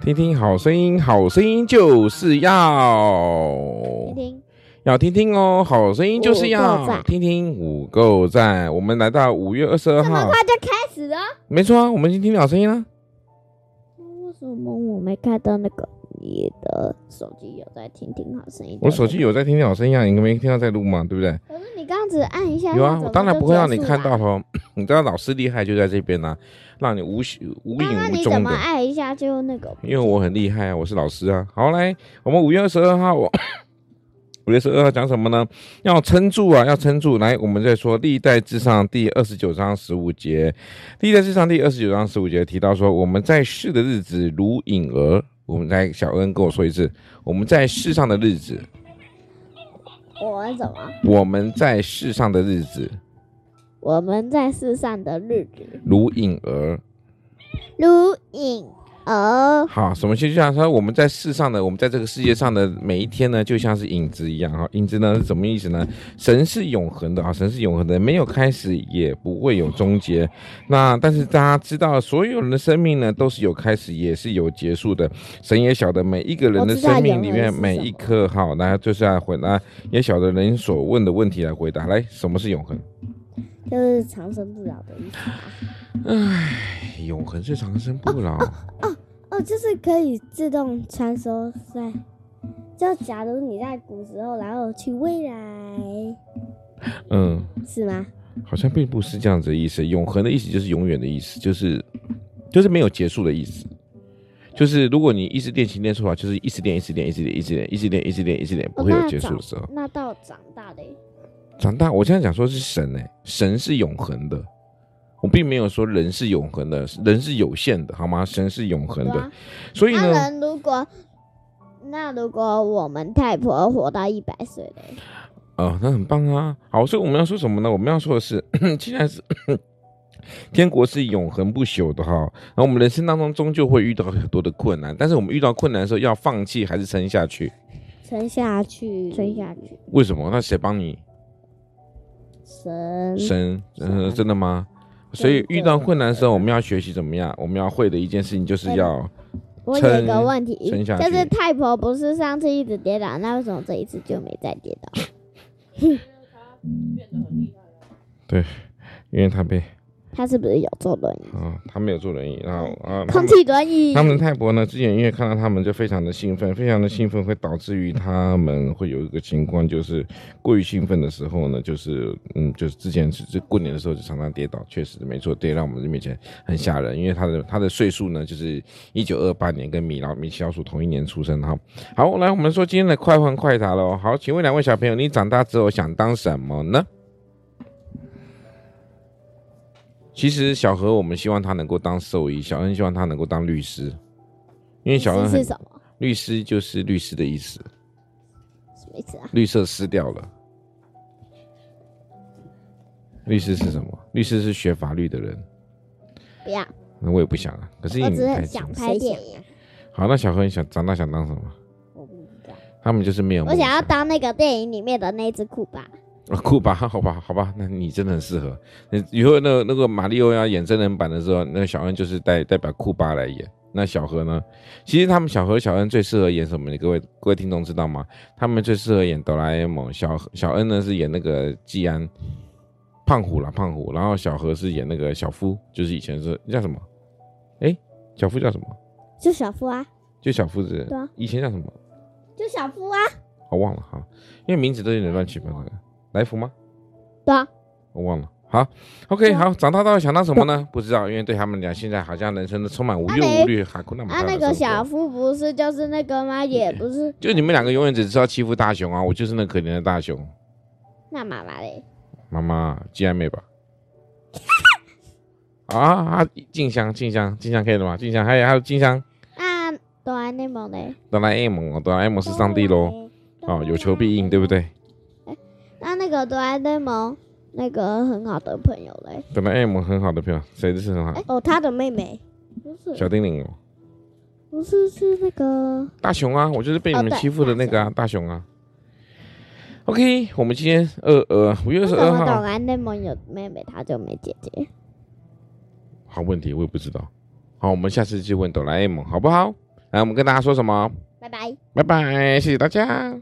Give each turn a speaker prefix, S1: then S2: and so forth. S1: 听听好声音，好声音就是要
S2: 听听
S1: 要听听哦，好声音就是
S2: 五够
S1: 要
S2: 赞
S1: 听听五够赞。我们来到五月二十二
S2: 这么
S1: 号，
S2: 快就开始了？
S1: 没错啊，我们已经听好声音了。
S2: 为什么我没看到那个？你的手机有在听听好声音？
S1: 我手机，有在听好声音啊，你没听到在录吗？对不对？
S2: 可是你刚刚只按一下，
S1: 有啊
S2: 它怎，么
S1: 我当然
S2: 就
S1: 不会让
S2: 结
S1: 你
S2: 束
S1: 看
S2: 啦
S1: 到哦。 你知道老师厉害就在这边啦、让你无形无影
S2: 刚刚
S1: 无
S2: 你
S1: 踪
S2: 怎么
S1: 的。
S2: 按一下就那个？
S1: 因为我很厉害啊，我是老师啊。好，来，我们五月二十二号，我 五月十二号讲什么呢？要撑住啊，要撑住。来，我们再说《历代至上》第二十九章十五节，《历代至上》第二十九章十五节提到说，我们在世的日子如影儿。我们来，小恩跟我说一次，我们在世上的日子，
S2: 我们怎么？
S1: 我们在世上的日子
S2: 我们在世上的日子
S1: 如影儿。
S2: 如影儿，
S1: 好，什么就像说我们在世上的，我们在这个世界上的每一天呢，就像是影子一样哈。影子呢是什么意思呢？神是永恒的啊，神是永恒的，没有开始，也不会有终结。那但是大家知道，所有人的生命呢都是有开始，也是有结束的。神也晓得每一个人的生命里面
S2: 我知道永恒是什么
S1: 每一刻，好，那就是要回答，也晓得人所问的问题来回答。来，什么是永恒？
S2: 就是长生不老的意思啊。
S1: 哎永恒是长生不老。
S2: 哦，就是可以自动穿梭在，就假如你在古时候，然后去未来，
S1: 嗯，
S2: 是吗？
S1: 好像并不是这样子的意思。永恒的意思就是永远的意思，就是就是没有结束的意思。就是如果你一直练习练出来，就是一直练，一直练，一直练，一直练，一直练，一直练，一直练，不会有结束的时候。
S2: 那到长大的，
S1: 长大，我现在讲说是神哎、神是永恒的。我并没有说人是永恒的，人是有限的，好吗？神是永恒
S2: 对
S1: 的
S2: 啊，。
S1: 所以
S2: 那
S1: 呢，
S2: 人如果，那如果我们太婆活到一百岁嘞，
S1: 呃，那很棒啊。好，所以我们要说什么呢？我们要说的是， 既然是 天国是永恒不朽的哈，然后我们人生当中终究会遇到很多的困难，但是我们遇到困难的时候要放弃还是撑下去？
S2: 沉下去，沉下去，
S1: 为什么？那谁帮你
S2: 神
S1: 生？嗯、
S2: 是啊
S1: 真的吗？所以
S2: 真的
S1: 遇到困难的时候，我们要学习怎么样？我们要会的一件事情就是要
S2: 我有一
S1: 撑
S2: 个问题，
S1: 撑下
S2: 就是
S1: 去
S2: 太婆不是上次一直跌倒，那为什么这一次就没再跌 倒？
S1: 因为他被
S2: 她是不是有坐轮椅？
S1: 啊、他没有坐轮椅，然后啊，他
S2: 空
S1: 们
S2: 气轮椅
S1: 他。们的泰伯呢，之前因为看到他们就非常的兴奋，非常的兴奋会导致于他们会有一个情况，就是过于兴奋的时候呢，就是嗯，就是之前是是过年的时候就常常跌倒，确实没错，跌到我们的面前很吓人，因为他的他的岁数呢，就是一九二八年跟米老米奇老鼠同一年出生哈。好，来我们说今天的快问快答喽。好，请问两位小朋友，你长大之后想当什么呢？其实小何，我们希望他能够当兽医，小恩希望他能够当律师，因为小恩
S2: 是
S1: 很
S2: 什么？
S1: 律师就是律师的意思，
S2: 什么意思啊？
S1: 绿色撕掉了。律师是什么？律师是学法律的人，
S2: 不要，
S1: 那我也不想啊。可是
S2: 我
S1: 你
S2: 只是
S1: 太
S2: 很想拍电影。
S1: 好，那小何你想长大想当什么？
S2: 我不知道。
S1: 他们就是没有
S2: 我
S1: 梦
S2: 想要
S1: 想。
S2: 当那个电影里面的那只库巴。
S1: 啊，酷吧， 好吧，好吧，那你真的很适合。那以后那个那个马里奥要演真人版的时候，那个小恩就是代代表酷巴来演。那小何呢？其实他们小何、小恩最适合演什么？你各位各位听众知道吗？他们最适合演哆啦 A 梦，小小恩呢是演那个季安胖虎啦，胖虎，然后小何是演那个小夫，就是以前是叫什么？哎，小夫叫什么？
S2: 就小夫啊，
S1: 就小夫子，
S2: 对啊
S1: 以前叫什么？
S2: 就小夫啊，
S1: 我忘了哈，因为名字都有点乱七八糟的。来福吗？
S2: 对啊，
S1: 我忘了。好，OK，
S2: 对啊
S1: 好，长大到底想当什么呢？不知道，因为对他们俩现在好像人生都充满无忧无虑，哈库那么
S2: 啊那个小，夫不是就是那个吗？也不是。
S1: 就你们两个永远只知道欺负大熊啊！我就是那可怜的大熊，
S2: 那妈妈嘞？
S1: 妈妈，既然妹吧。 啊啊！静香，静香，静香可以了吗？静香，还有还有静香，
S2: 那啊哆啦 A 梦嘞？
S1: 哆啦 A 梦哦，哆啦 A 梦是上帝喽，哦，有求必应，对不对？
S2: 那那个哆啦 A 梦那个很好的朋友嘞？
S1: 哆啦 A 梦很好的朋友，谁是很好？
S2: 哦，他的妹妹不是，
S1: 嗯小叮铃哦，
S2: 不是是那个
S1: 大熊啊，我就是被你
S2: 哦
S1: 们
S2: 对
S1: 欺负的那个啊，大熊啊。OK，我们今天二呃五月二
S2: 为
S1: 十
S2: 什
S1: 二
S2: 么哆
S1: 号，
S2: 啦 A 梦有妹妹，他就没姐姐？
S1: 好问题，我也不知道。好，我们下次去问哆啦 A 梦好不好？来，我们跟大家说什么？
S2: 拜拜。
S1: 拜拜，谢谢大家。